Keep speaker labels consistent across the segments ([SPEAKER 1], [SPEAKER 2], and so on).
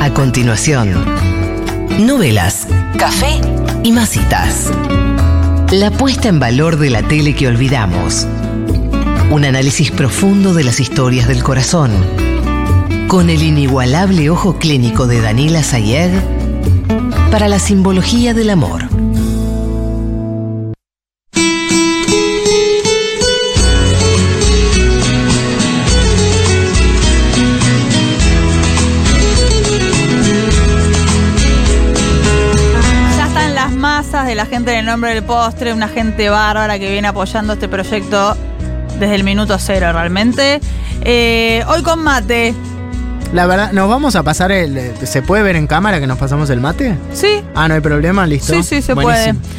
[SPEAKER 1] A continuación, novelas, café y masitas. La puesta en valor de la tele que olvidamos. Un análisis profundo de las historias del corazón. Con el inigualable ojo clínico de Daniela Sayed para la simbología del amor.
[SPEAKER 2] Ya están las masas de la gente del nombre del postre, una gente bárbara que viene apoyando este proyecto desde el minuto cero realmente. Eh, hoy con mate.
[SPEAKER 3] La verdad, ¿nos vamos a pasar el. ¿Se puede ver en cámara que nos pasamos el mate?
[SPEAKER 2] Sí,
[SPEAKER 3] Ah, no hay problema, listo.
[SPEAKER 2] sí, sí, se
[SPEAKER 3] Buenísimo.
[SPEAKER 2] puede.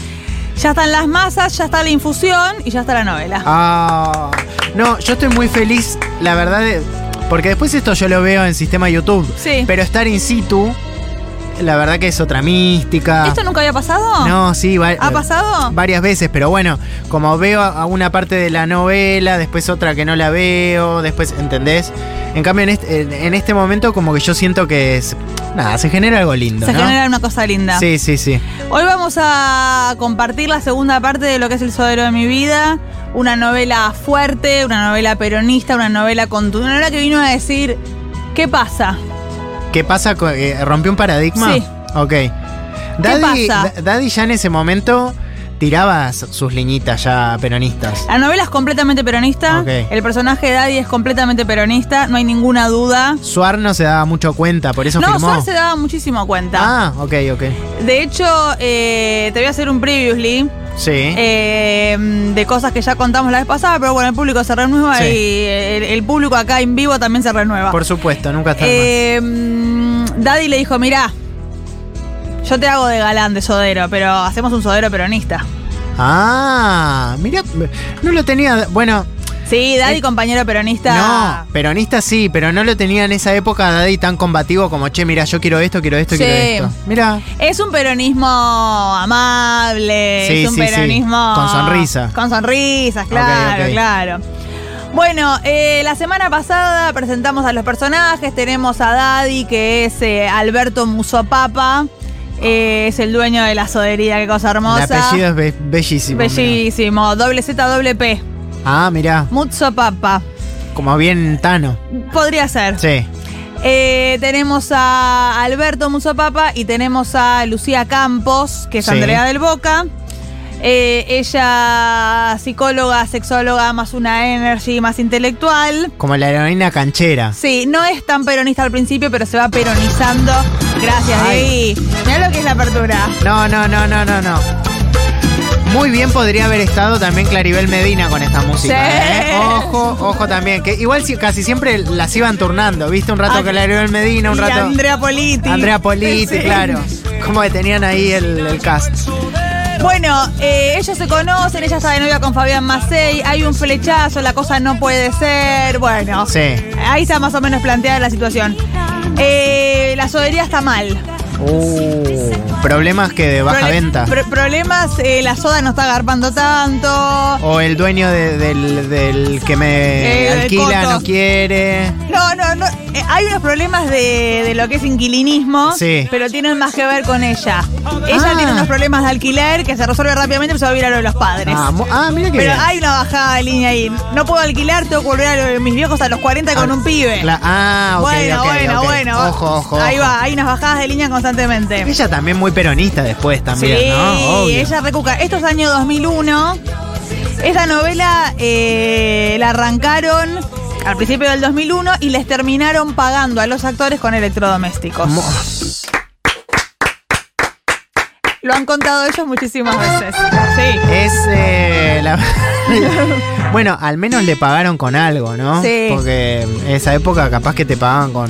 [SPEAKER 2] Ya están las masas, ya está la infusión y ya está la novela.
[SPEAKER 3] Ah, no, yo estoy muy feliz, la verdad, de- porque después esto yo lo veo en sistema YouTube.
[SPEAKER 2] Sí.
[SPEAKER 3] Pero estar in situ, la verdad que es otra mística.
[SPEAKER 2] ¿Esto nunca había pasado?
[SPEAKER 3] Ah. No, sí, va-
[SPEAKER 2] ¿Ha pasado?
[SPEAKER 3] varias veces, pero bueno, como veo a a una parte de la novela, después otra que no la veo, después, ¿entendés? En cambio, en este, en- en este momento como que yo siento que es, nada, se genera algo lindo,
[SPEAKER 2] Se
[SPEAKER 3] ¿no?
[SPEAKER 2] genera una cosa linda.
[SPEAKER 3] Sí, sí, sí.
[SPEAKER 2] Hoy vamos a compartir la segunda parte de lo que es El Sodero de mi vida. Una novela fuerte, una novela peronista, una novela contundente. Una novela que vino a decir, ¿qué pasa?
[SPEAKER 3] ¿Qué pasa? co- eh, ¿Rompió un paradigma?
[SPEAKER 2] Sí.
[SPEAKER 3] Ok. Daddy,
[SPEAKER 2] pasa?
[SPEAKER 3] Da- Daddy ya en ese momento tiraba s- sus liñitas ya peronistas.
[SPEAKER 2] La novela es completamente peronista.
[SPEAKER 3] Ok.
[SPEAKER 2] El personaje de Daddy es completamente peronista, no hay ninguna duda.
[SPEAKER 3] Suar no se daba mucho cuenta, por eso
[SPEAKER 2] No,
[SPEAKER 3] firmó.
[SPEAKER 2] Suárez se daba muchísimo cuenta.
[SPEAKER 3] Ah, ok, ok.
[SPEAKER 2] De hecho, eh, te voy a hacer un previously
[SPEAKER 3] Sí.
[SPEAKER 2] eh, de cosas que ya contamos la vez pasada, pero bueno, el público se renueva
[SPEAKER 3] Sí.
[SPEAKER 2] y el, el público acá en vivo también se renueva.
[SPEAKER 3] por supuesto, nunca está de
[SPEAKER 2] Eh, mm, Daddy le dijo, mirá, yo te hago de galán de sodero, pero hacemos un sodero peronista.
[SPEAKER 3] más. Ah, mira, no lo tenía. Bueno,
[SPEAKER 2] Sí, Daddy,
[SPEAKER 3] Eh,
[SPEAKER 2] compañero peronista.
[SPEAKER 3] no, peronista sí, pero no lo tenía en esa época Daddy tan combativo como, che, mira, yo quiero esto, quiero esto,
[SPEAKER 2] Sí.
[SPEAKER 3] quiero esto. Mira,
[SPEAKER 2] Es un peronismo amable,
[SPEAKER 3] Sí,
[SPEAKER 2] es un
[SPEAKER 3] sí, sí.
[SPEAKER 2] peronismo...
[SPEAKER 3] Con sonrisa.
[SPEAKER 2] Con sonrisas, claro,
[SPEAKER 3] ok.
[SPEAKER 2] claro. Bueno, eh, la semana pasada presentamos a los personajes, tenemos a Daddy, que es eh, Alberto Musopapa, eh, es el dueño de la sodería, qué cosa hermosa.
[SPEAKER 3] el apellido es be- bellísimo. mirá.
[SPEAKER 2] Bellísimo, doble Z, doble P.
[SPEAKER 3] Ah, mira,
[SPEAKER 2] Muzzo Papa.
[SPEAKER 3] como bien Tano.
[SPEAKER 2] Podría ser.
[SPEAKER 3] Sí.
[SPEAKER 2] Eh, tenemos a Alberto Muzzo Papa y tenemos a Lucía Campos, que es
[SPEAKER 3] Sí.
[SPEAKER 2] Andrea del Boca. Eh, ella, psicóloga, sexóloga, más una energy, más intelectual.
[SPEAKER 3] Como la heroína canchera.
[SPEAKER 2] Sí, no es tan peronista al principio, pero se va peronizando. Gracias,
[SPEAKER 3] Ay.
[SPEAKER 2] Diego. Mirá lo que es la apertura.
[SPEAKER 3] No, no, no, no, no, no. Muy bien podría haber estado también Claribel Medina con esta música.
[SPEAKER 2] Sí.
[SPEAKER 3] ¿eh? Ojo, ojo también. Que igual si- casi siempre las iban turnando, ¿viste? Un rato
[SPEAKER 2] Ay.
[SPEAKER 3] Claribel Medina, un
[SPEAKER 2] Y
[SPEAKER 3] rato
[SPEAKER 2] Andrea Politi.
[SPEAKER 3] Andrea Politi,
[SPEAKER 2] Sí.
[SPEAKER 3] claro. Como que tenían ahí el, el cast.
[SPEAKER 2] Bueno, eh, ellos se conocen, ella está de novia con Fabián Macei, hay un flechazo, la cosa no puede ser, bueno.
[SPEAKER 3] Sí.
[SPEAKER 2] Ahí está más o menos planteada la situación. Eh, la sodería está mal.
[SPEAKER 3] Uh, problemas que de baja
[SPEAKER 2] Prole-
[SPEAKER 3] venta.
[SPEAKER 2] pro- problemas, eh, la soda no está garpando tanto.
[SPEAKER 3] O el dueño de- del, del que me
[SPEAKER 2] Eh, del
[SPEAKER 3] alquila
[SPEAKER 2] coto.
[SPEAKER 3] no quiere.
[SPEAKER 2] No, no, no. eh, hay unos problemas de, de lo que es inquilinismo,
[SPEAKER 3] Sí.
[SPEAKER 2] pero tienen más que ver con ella. Ella
[SPEAKER 3] Ah.
[SPEAKER 2] tiene unos problemas de alquiler que se resuelve rápidamente, pero se va a ir a lo de los padres.
[SPEAKER 3] Ah, mu- ah, mira que
[SPEAKER 2] Pero hay una bajada de línea ahí. No puedo alquilar, tengo que volver a lo de mis viejos a los 40 con un pibe.
[SPEAKER 3] Cla- Ah, ok,
[SPEAKER 2] bueno,
[SPEAKER 3] ok,
[SPEAKER 2] bueno,
[SPEAKER 3] ok.
[SPEAKER 2] bueno.
[SPEAKER 3] Ojo, ojo.
[SPEAKER 2] Ahí
[SPEAKER 3] ojo.
[SPEAKER 2] va, hay unas bajadas de línea constantemente.
[SPEAKER 3] Ella también muy peronista después también,
[SPEAKER 2] sí,
[SPEAKER 3] ¿no? Obvio.
[SPEAKER 2] ella recuca. Esto es año 2001. Esta novela eh, la arrancaron al principio del 2001 y les terminaron pagando a los actores con electrodomésticos.
[SPEAKER 3] Mo-
[SPEAKER 2] Lo han contado ellos muchísimas veces. Sí.
[SPEAKER 3] Es eh, la- Bueno, al menos le pagaron con algo, ¿no?
[SPEAKER 2] Sí.
[SPEAKER 3] Porque en esa época capaz que te pagaban con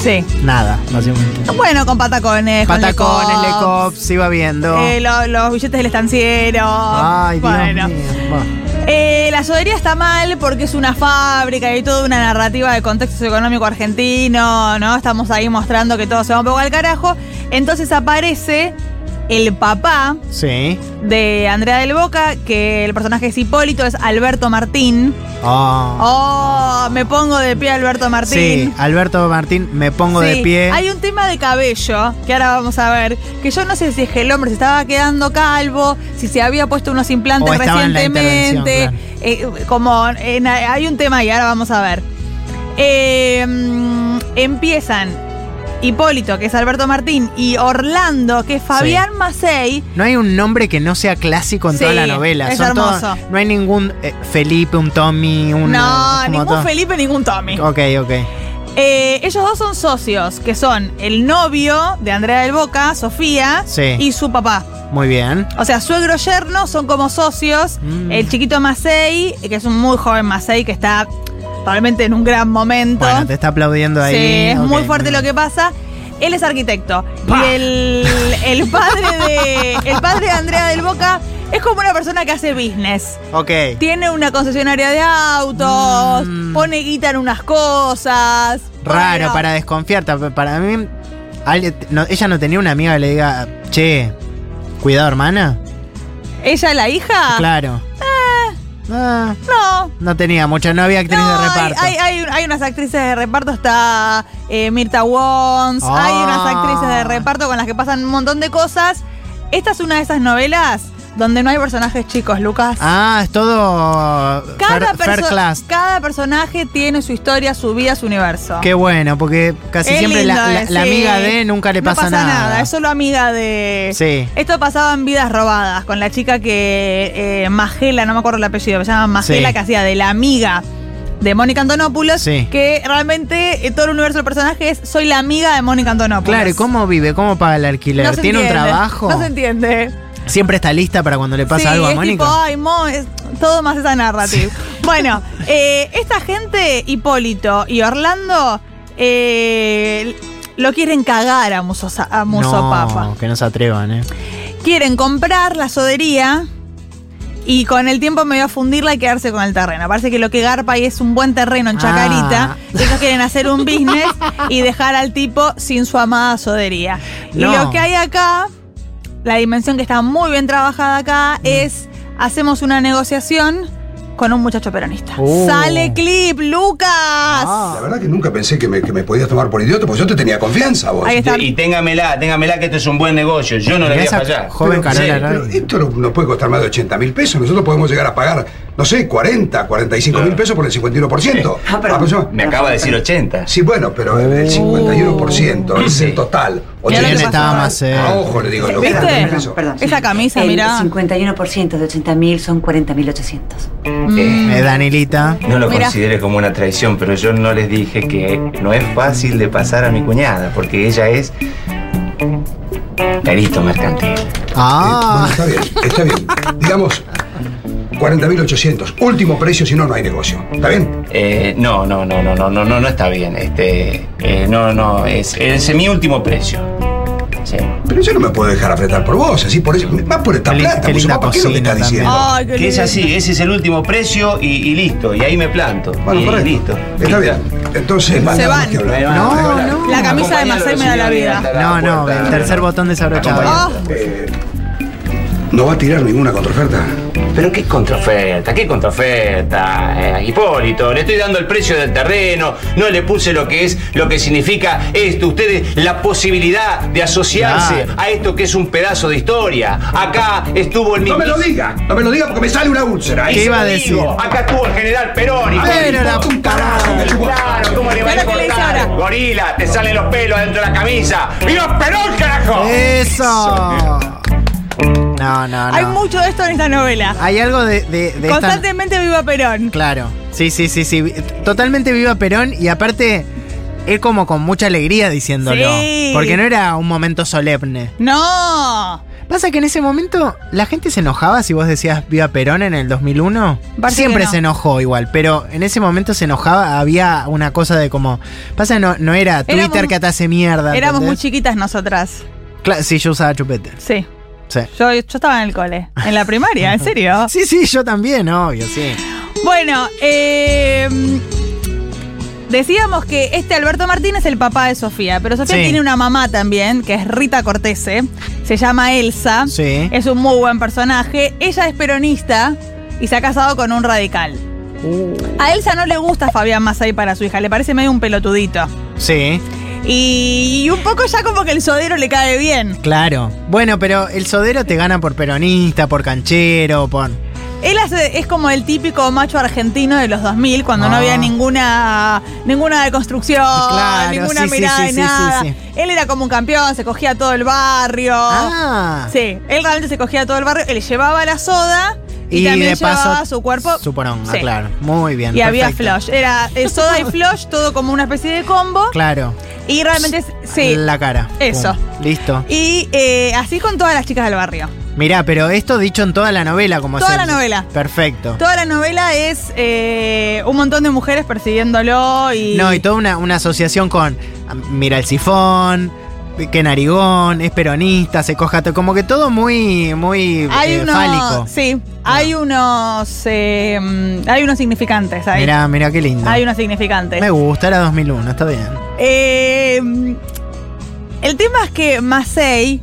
[SPEAKER 2] Sí.
[SPEAKER 3] nada, básicamente.
[SPEAKER 2] Bueno, con patacones, con
[SPEAKER 3] Patacones,
[SPEAKER 2] Lecops.
[SPEAKER 3] Lecop, se iba viendo.
[SPEAKER 2] Eh, lo- los billetes del estanciero.
[SPEAKER 3] Ay, Dios
[SPEAKER 2] Bueno.
[SPEAKER 3] mío. va.
[SPEAKER 2] Eh, la sodería está mal porque es una fábrica y hay toda una narrativa de contexto económico argentino, ¿no? Estamos ahí mostrando que todo se va un poco al carajo. Entonces aparece el papá
[SPEAKER 3] Sí.
[SPEAKER 2] de Andrea del Boca, que el personaje es Hipólito, es Alberto Martín.
[SPEAKER 3] Oh.
[SPEAKER 2] Oh, me pongo de pie Alberto Martín.
[SPEAKER 3] Sí, Alberto Martín, me pongo de
[SPEAKER 2] Sí,
[SPEAKER 3] pie.
[SPEAKER 2] Hay un tema de cabello, que ahora vamos a ver, que yo no sé si es que el hombre se estaba quedando calvo, si se había puesto unos implantes
[SPEAKER 3] O estaba en la
[SPEAKER 2] recientemente. eh, como en- hay un tema y ahora vamos a ver. Eh, mm, empiezan Hipólito, que es Alberto Martín, y Orlando, que es Fabián Macei.
[SPEAKER 3] No hay un nombre que no sea clásico en
[SPEAKER 2] Sí,
[SPEAKER 3] toda la novela.
[SPEAKER 2] es
[SPEAKER 3] Son todos-
[SPEAKER 2] hermoso.
[SPEAKER 3] no hay ningún eh, Felipe, un Tommy, un.
[SPEAKER 2] No,
[SPEAKER 3] como
[SPEAKER 2] ningún
[SPEAKER 3] todo.
[SPEAKER 2] Felipe, ningún Tommy.
[SPEAKER 3] Ok, ok.
[SPEAKER 2] Eh, ellos dos son socios, que son el novio de Andrea del Boca, Sofía,
[SPEAKER 3] Sí.
[SPEAKER 2] y su papá.
[SPEAKER 3] Muy bien.
[SPEAKER 2] O sea, suegro yerno son como socios.
[SPEAKER 3] Mm.
[SPEAKER 2] El chiquito Macei, que es un muy joven Macei, que está probablemente en un gran momento.
[SPEAKER 3] Bueno, te está aplaudiendo ahí.
[SPEAKER 2] Sí, es
[SPEAKER 3] Ok, Mm.
[SPEAKER 2] muy fuerte lo
[SPEAKER 3] bien.
[SPEAKER 2] que pasa. Él es arquitecto.
[SPEAKER 3] Pa.
[SPEAKER 2] Y el, el padre de. El padre de Andrea del Boca es como una persona que hace business.
[SPEAKER 3] Ok.
[SPEAKER 2] Tiene una concesionaria de autos,
[SPEAKER 3] Mm.
[SPEAKER 2] pone guita en unas cosas.
[SPEAKER 3] Raro,
[SPEAKER 2] Bueno,
[SPEAKER 3] para desconfiar. ta- Para mí. alguien- no, ella no tenía una amiga que le diga, che, cuidado, hermana.
[SPEAKER 2] ¿Ella la hija?
[SPEAKER 3] Claro. Ah,
[SPEAKER 2] No.
[SPEAKER 3] no tenía mucha, no había actriz
[SPEAKER 2] No,
[SPEAKER 3] de
[SPEAKER 2] hay-
[SPEAKER 3] reparto.
[SPEAKER 2] Hay, hay- hay unas actrices de reparto, está eh, Mirta Wons,
[SPEAKER 3] Ah.
[SPEAKER 2] hay unas actrices de reparto con las que pasan un montón de cosas. Esta es una de esas novelas donde no hay personajes chicos, Lucas.
[SPEAKER 3] Ah, es todo.
[SPEAKER 2] cada,
[SPEAKER 3] fair- fair
[SPEAKER 2] perso-
[SPEAKER 3] class.
[SPEAKER 2] cada personaje tiene su historia, su vida, su universo.
[SPEAKER 3] Qué bueno, porque casi
[SPEAKER 2] Es
[SPEAKER 3] siempre la,
[SPEAKER 2] lindo,
[SPEAKER 3] la-
[SPEAKER 2] eh,
[SPEAKER 3] la
[SPEAKER 2] sí.
[SPEAKER 3] amiga de nunca le
[SPEAKER 2] No
[SPEAKER 3] pasa, nada.
[SPEAKER 2] es solo amiga de...
[SPEAKER 3] Sí.
[SPEAKER 2] Esto pasaba en Vidas Robadas, con la chica que eh, Magela, no me acuerdo el apellido, se llama Magela,
[SPEAKER 3] Sí.
[SPEAKER 2] que hacía de la amiga de Mónica Antonopoulos,
[SPEAKER 3] Sí.
[SPEAKER 2] que realmente eh, todo el universo del personaje es soy la amiga de Mónica Antonopoulos.
[SPEAKER 3] Claro, ¿y cómo vive? ¿Cómo paga el alquiler?
[SPEAKER 2] No se
[SPEAKER 3] ¿Tiene un
[SPEAKER 2] entiende,
[SPEAKER 3] trabajo?
[SPEAKER 2] No se entiende.
[SPEAKER 3] ¿Siempre está lista para cuando le pasa
[SPEAKER 2] Sí,
[SPEAKER 3] algo a
[SPEAKER 2] es
[SPEAKER 3] Mónica?
[SPEAKER 2] tipo, ay, Mo, es todo más esa narrativa. Bueno, eh, esta gente, Hipólito y Orlando, eh, lo quieren cagar a Muso, a Muso
[SPEAKER 3] no,
[SPEAKER 2] Papa.
[SPEAKER 3] que no se atrevan, ¿eh?
[SPEAKER 2] quieren comprar la sodería y con el tiempo me voy a fundirla y quedarse con el terreno. Parece que lo que garpa ahí es un buen terreno en Chacarita.
[SPEAKER 3] Ah.
[SPEAKER 2] y Ellos quieren hacer un business y dejar al tipo sin su amada sodería.
[SPEAKER 3] No.
[SPEAKER 2] Y lo que hay acá, la dimensión que está muy bien trabajada
[SPEAKER 3] Mm.
[SPEAKER 2] acá, es hacemos una negociación con un muchacho peronista.
[SPEAKER 3] Oh. Ah.
[SPEAKER 2] ¡Sale clip, Lucas! Ah.
[SPEAKER 4] La verdad que nunca pensé que me, que me podías tomar por idiota, porque yo te tenía confianza, vos.
[SPEAKER 2] Ahí está.
[SPEAKER 5] Y téngamela, téngamela que esto es un buen negocio. Yo no le
[SPEAKER 3] Mirá
[SPEAKER 5] voy a
[SPEAKER 3] esa
[SPEAKER 5] fallar.
[SPEAKER 3] joven
[SPEAKER 5] Sí.
[SPEAKER 4] Pero,
[SPEAKER 3] Carola, ¿no?
[SPEAKER 4] pero esto no- nos puede costar más de 80 mil pesos. Nosotros podemos llegar a pagar, no sé, 40, 45
[SPEAKER 3] Ah.
[SPEAKER 4] mil pesos por el 51%.
[SPEAKER 6] Ah, pero-
[SPEAKER 4] Aproxima-
[SPEAKER 5] Me acaba de decir 80.
[SPEAKER 4] Sí, bueno, pero el 51% es el total.
[SPEAKER 2] Mirá lo que
[SPEAKER 4] 80
[SPEAKER 2] estaba
[SPEAKER 3] más eh, cerca.
[SPEAKER 4] A ojo, le digo. lo que Eh,
[SPEAKER 2] ¿Viste?
[SPEAKER 4] era 80.000 pesos.
[SPEAKER 2] Esa camisa,
[SPEAKER 6] El
[SPEAKER 2] mirá.
[SPEAKER 6] 51% de 80.000 son 40.800.
[SPEAKER 2] Mm.
[SPEAKER 3] Eh, Danilita.
[SPEAKER 5] No lo
[SPEAKER 2] Mira.
[SPEAKER 5] considere como una traición, pero yo no les dije que no es fácil de pasar a mi cuñada, porque ella es carito mercantil.
[SPEAKER 3] Ah,
[SPEAKER 4] Eh, bueno, está bien, está bien. Digamos, 40.800. Último precio, si no, no hay negocio. ¿Está bien?
[SPEAKER 5] Eh, no, no, no, no, no, no, no, no está bien. Este, eh, no, no, es, es mi último precio. Sí.
[SPEAKER 4] Pero yo no me puedo dejar apretar por vos, así por eso. Más por esta
[SPEAKER 3] Qué linda-
[SPEAKER 4] plata,
[SPEAKER 3] qué
[SPEAKER 4] por su
[SPEAKER 3] linda
[SPEAKER 4] papá, ¿qué es lo que
[SPEAKER 3] cocina
[SPEAKER 4] estás
[SPEAKER 3] también.
[SPEAKER 4] diciendo?
[SPEAKER 2] Ay,
[SPEAKER 5] Que
[SPEAKER 2] qué
[SPEAKER 5] es
[SPEAKER 2] lindo.
[SPEAKER 3] ¿eh?
[SPEAKER 5] así, ese es el último precio y, y listo, y ahí me planto.
[SPEAKER 4] Bueno,
[SPEAKER 5] y,
[SPEAKER 4] correcto.
[SPEAKER 5] listo.
[SPEAKER 4] Está bien. Entonces, más
[SPEAKER 2] Se
[SPEAKER 4] nada más
[SPEAKER 2] van.
[SPEAKER 4] que hablar.
[SPEAKER 5] Ahí va.
[SPEAKER 3] No,
[SPEAKER 5] Ahí va.
[SPEAKER 3] no.
[SPEAKER 2] La camisa de
[SPEAKER 5] Acompáñalo,
[SPEAKER 2] Macei me da la vida.
[SPEAKER 5] señor,
[SPEAKER 3] no,
[SPEAKER 5] hasta la
[SPEAKER 3] no,
[SPEAKER 5] puerta.
[SPEAKER 3] el tercer botón desabrochado.
[SPEAKER 2] Ah.
[SPEAKER 4] Eh, no va a tirar ninguna contraoferta.
[SPEAKER 5] Pero qué contraoferta, qué contraoferta, eh, Hipólito. Le estoy dando el precio del terreno, no le puse lo que es, lo que significa esto. Ustedes, la posibilidad de asociarse
[SPEAKER 3] Claro.
[SPEAKER 5] a esto que es un pedazo de historia. Acá estuvo el
[SPEAKER 4] No
[SPEAKER 5] mismo.
[SPEAKER 4] me lo diga, no me lo diga porque me sale una úlcera.
[SPEAKER 3] ¿Qué
[SPEAKER 4] Y-
[SPEAKER 3] iba a decir?
[SPEAKER 5] Acá estuvo el general Perón.
[SPEAKER 4] A ver,
[SPEAKER 3] Pero la
[SPEAKER 4] un
[SPEAKER 3] puta
[SPEAKER 4] carajo, me chupó.
[SPEAKER 5] Claro, ¿cómo le va a
[SPEAKER 2] Mirá lo que le dice
[SPEAKER 5] importar?
[SPEAKER 2] ahora.
[SPEAKER 5] Gorila, te salen los pelos dentro de la camisa. ¡Mira Perón, carajo!
[SPEAKER 3] Eh, Eso. No, no, Ah, no.
[SPEAKER 2] Hay mucho de esto en esta novela.
[SPEAKER 3] Hay algo de, de, de esta-
[SPEAKER 2] Constantemente viva Perón.
[SPEAKER 3] Claro. Sí, sí, sí, sí. Totalmente viva Perón y aparte es como con mucha alegría diciéndolo.
[SPEAKER 2] Sí.
[SPEAKER 3] Porque no era un momento solemne.
[SPEAKER 2] No.
[SPEAKER 3] Pasa que en ese momento la gente se enojaba si vos decías viva Perón en el 2001.
[SPEAKER 2] Parece
[SPEAKER 3] Siempre
[SPEAKER 2] que no.
[SPEAKER 3] se enojó igual, pero en ese momento se enojaba, había una cosa de como... Pasa, no, no era Twitter
[SPEAKER 2] Éramos-
[SPEAKER 3] que te hace mierda.
[SPEAKER 2] Éramos muy
[SPEAKER 3] ¿entendés?
[SPEAKER 2] chiquitas nosotras.
[SPEAKER 3] Claro, sí, yo usaba chupete.
[SPEAKER 2] Sí.
[SPEAKER 3] Sí.
[SPEAKER 2] Yo, yo estaba en el cole. En la primaria, en serio.
[SPEAKER 3] Sí, sí, yo también, obvio, sí.
[SPEAKER 2] Bueno, eh, em, Decíamos que este Alberto Martínez es el papá de Sofía, pero Sofía
[SPEAKER 3] Sí.
[SPEAKER 2] tiene una mamá también, que es Rita Cortese. Se llama Elsa.
[SPEAKER 3] Sí.
[SPEAKER 2] Es un muy buen personaje. Ella es peronista y se ha casado con un radical.
[SPEAKER 3] Uh.
[SPEAKER 2] A Elsa no le gusta Fabián Masay para su hija, le parece medio un pelotudito.
[SPEAKER 3] Sí,
[SPEAKER 2] Y, y un poco ya como que el sodero le cae bien.
[SPEAKER 3] claro. Bueno, pero el sodero te gana por peronista, por canchero, por.
[SPEAKER 2] Él hace- es como el típico macho argentino de los 2000, cuando no
[SPEAKER 3] Ah.
[SPEAKER 2] había ninguna ninguna deconstrucción,
[SPEAKER 3] Claro,
[SPEAKER 2] ninguna
[SPEAKER 3] sí, sí,
[SPEAKER 2] mirada
[SPEAKER 3] sí,
[SPEAKER 2] de
[SPEAKER 3] sí, sí,
[SPEAKER 2] nada.
[SPEAKER 3] sí.
[SPEAKER 2] Él era como un campeón, se cogía a todo el barrio.
[SPEAKER 3] Ah.
[SPEAKER 2] Sí, él realmente se cogía a todo el barrio, él llevaba la soda y, también llevaba su cuerpo.
[SPEAKER 3] Su porón, ah,
[SPEAKER 2] Sí.
[SPEAKER 3] claro. Muy bien.
[SPEAKER 2] Y había
[SPEAKER 3] perfecto.
[SPEAKER 2] flush. Era eh, soda y flush, todo como una especie de combo.
[SPEAKER 3] Claro.
[SPEAKER 2] Y realmente, sí.
[SPEAKER 3] La cara.
[SPEAKER 2] Eso.
[SPEAKER 3] Pum, Listo.
[SPEAKER 2] Y eh, así con todas las chicas del barrio.
[SPEAKER 3] Mirá, pero esto dicho en toda la novela, como
[SPEAKER 2] Toda
[SPEAKER 3] se-
[SPEAKER 2] la novela.
[SPEAKER 3] Perfecto.
[SPEAKER 2] Toda la novela es eh, un montón de mujeres persiguiéndolo y.
[SPEAKER 3] No, y toda una, una asociación con ah, mira el sifón, que narigón, es peronista, se coja to- como que todo muy, muy
[SPEAKER 2] hay
[SPEAKER 3] eh,
[SPEAKER 2] unos,
[SPEAKER 3] fálico.
[SPEAKER 2] Sí, hay unos. eh, mm, hay unos significantes ahí.
[SPEAKER 3] Mirá, mirá qué lindo.
[SPEAKER 2] Hay unos significantes.
[SPEAKER 3] Me gusta, era 2001, está bien.
[SPEAKER 2] Eh, mm, el tema es que Masei.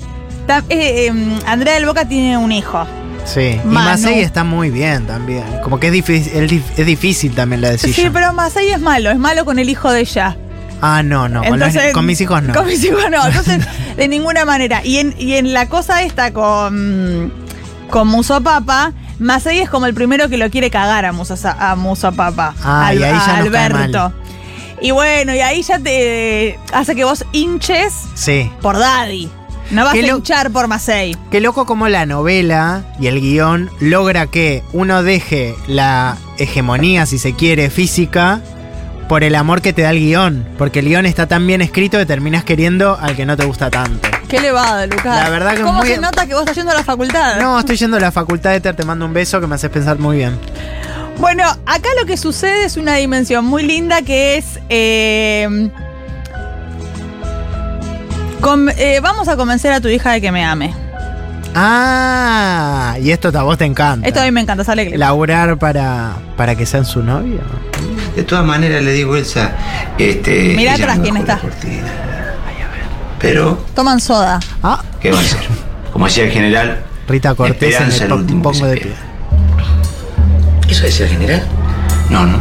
[SPEAKER 2] ta- eh, eh, mm, Andrea del Boca tiene un hijo.
[SPEAKER 3] Sí. Y
[SPEAKER 2] Manu.
[SPEAKER 3] Masei está muy bien también. Como que es difícil, es, dif- es difícil también la
[SPEAKER 2] Sí,
[SPEAKER 3] decisión.
[SPEAKER 2] pero Masei es malo, es malo con el hijo de ella.
[SPEAKER 3] Ah, no, no. con, los- con mis hijos no.
[SPEAKER 2] Con mis hijos no, entonces, de ninguna manera. Y en, y en la cosa esta con, con Muso Papa, Masei es como el primero que lo quiere cagar a Muso, a Muso Papa.
[SPEAKER 3] Ah, y ahí ya
[SPEAKER 2] a
[SPEAKER 3] nos cae
[SPEAKER 2] Alberto.
[SPEAKER 3] mal.
[SPEAKER 2] Y bueno, y ahí ya te hace que vos hinches
[SPEAKER 3] Sí.
[SPEAKER 2] por Daddy. No vas a
[SPEAKER 3] Qué lo-
[SPEAKER 2] hinchar por Masei.
[SPEAKER 3] Qué loco como la novela y el guión logra que uno deje la hegemonía, si se quiere, física, por el amor que te da el guión. Porque el guión está tan bien escrito que terminas queriendo al que no te gusta tanto.
[SPEAKER 2] Qué elevado, Lucas.
[SPEAKER 3] La verdad que
[SPEAKER 2] ¿Cómo
[SPEAKER 3] muy-
[SPEAKER 2] se nota que vos estás yendo a la facultad?
[SPEAKER 3] No, estoy yendo a la facultad de Ter, te mando un beso que me haces pensar muy bien.
[SPEAKER 2] Bueno, acá lo que sucede es una dimensión muy linda que es. eh, com- eh, vamos a convencer a tu hija de que me ame.
[SPEAKER 3] Ah, y esto a vos te encanta.
[SPEAKER 2] Esto a mí me encanta, sale clip.
[SPEAKER 3] Laburar para, para que sean su novio.
[SPEAKER 7] De todas maneras le digo, Elsa, este.
[SPEAKER 2] Mirá
[SPEAKER 7] ella
[SPEAKER 2] atrás
[SPEAKER 7] no
[SPEAKER 2] quién
[SPEAKER 7] dejó la
[SPEAKER 2] está.
[SPEAKER 7] cortina. Pero,
[SPEAKER 2] Toman soda.
[SPEAKER 3] Ah,
[SPEAKER 7] ¿qué va a hacer? Como decía el general.
[SPEAKER 3] Rita Cortés en
[SPEAKER 7] esperanza
[SPEAKER 3] el,
[SPEAKER 7] el
[SPEAKER 3] po-
[SPEAKER 7] último que
[SPEAKER 3] pongo
[SPEAKER 7] se
[SPEAKER 3] de pie.
[SPEAKER 7] pierde. ¿Eso decía el general? No, no.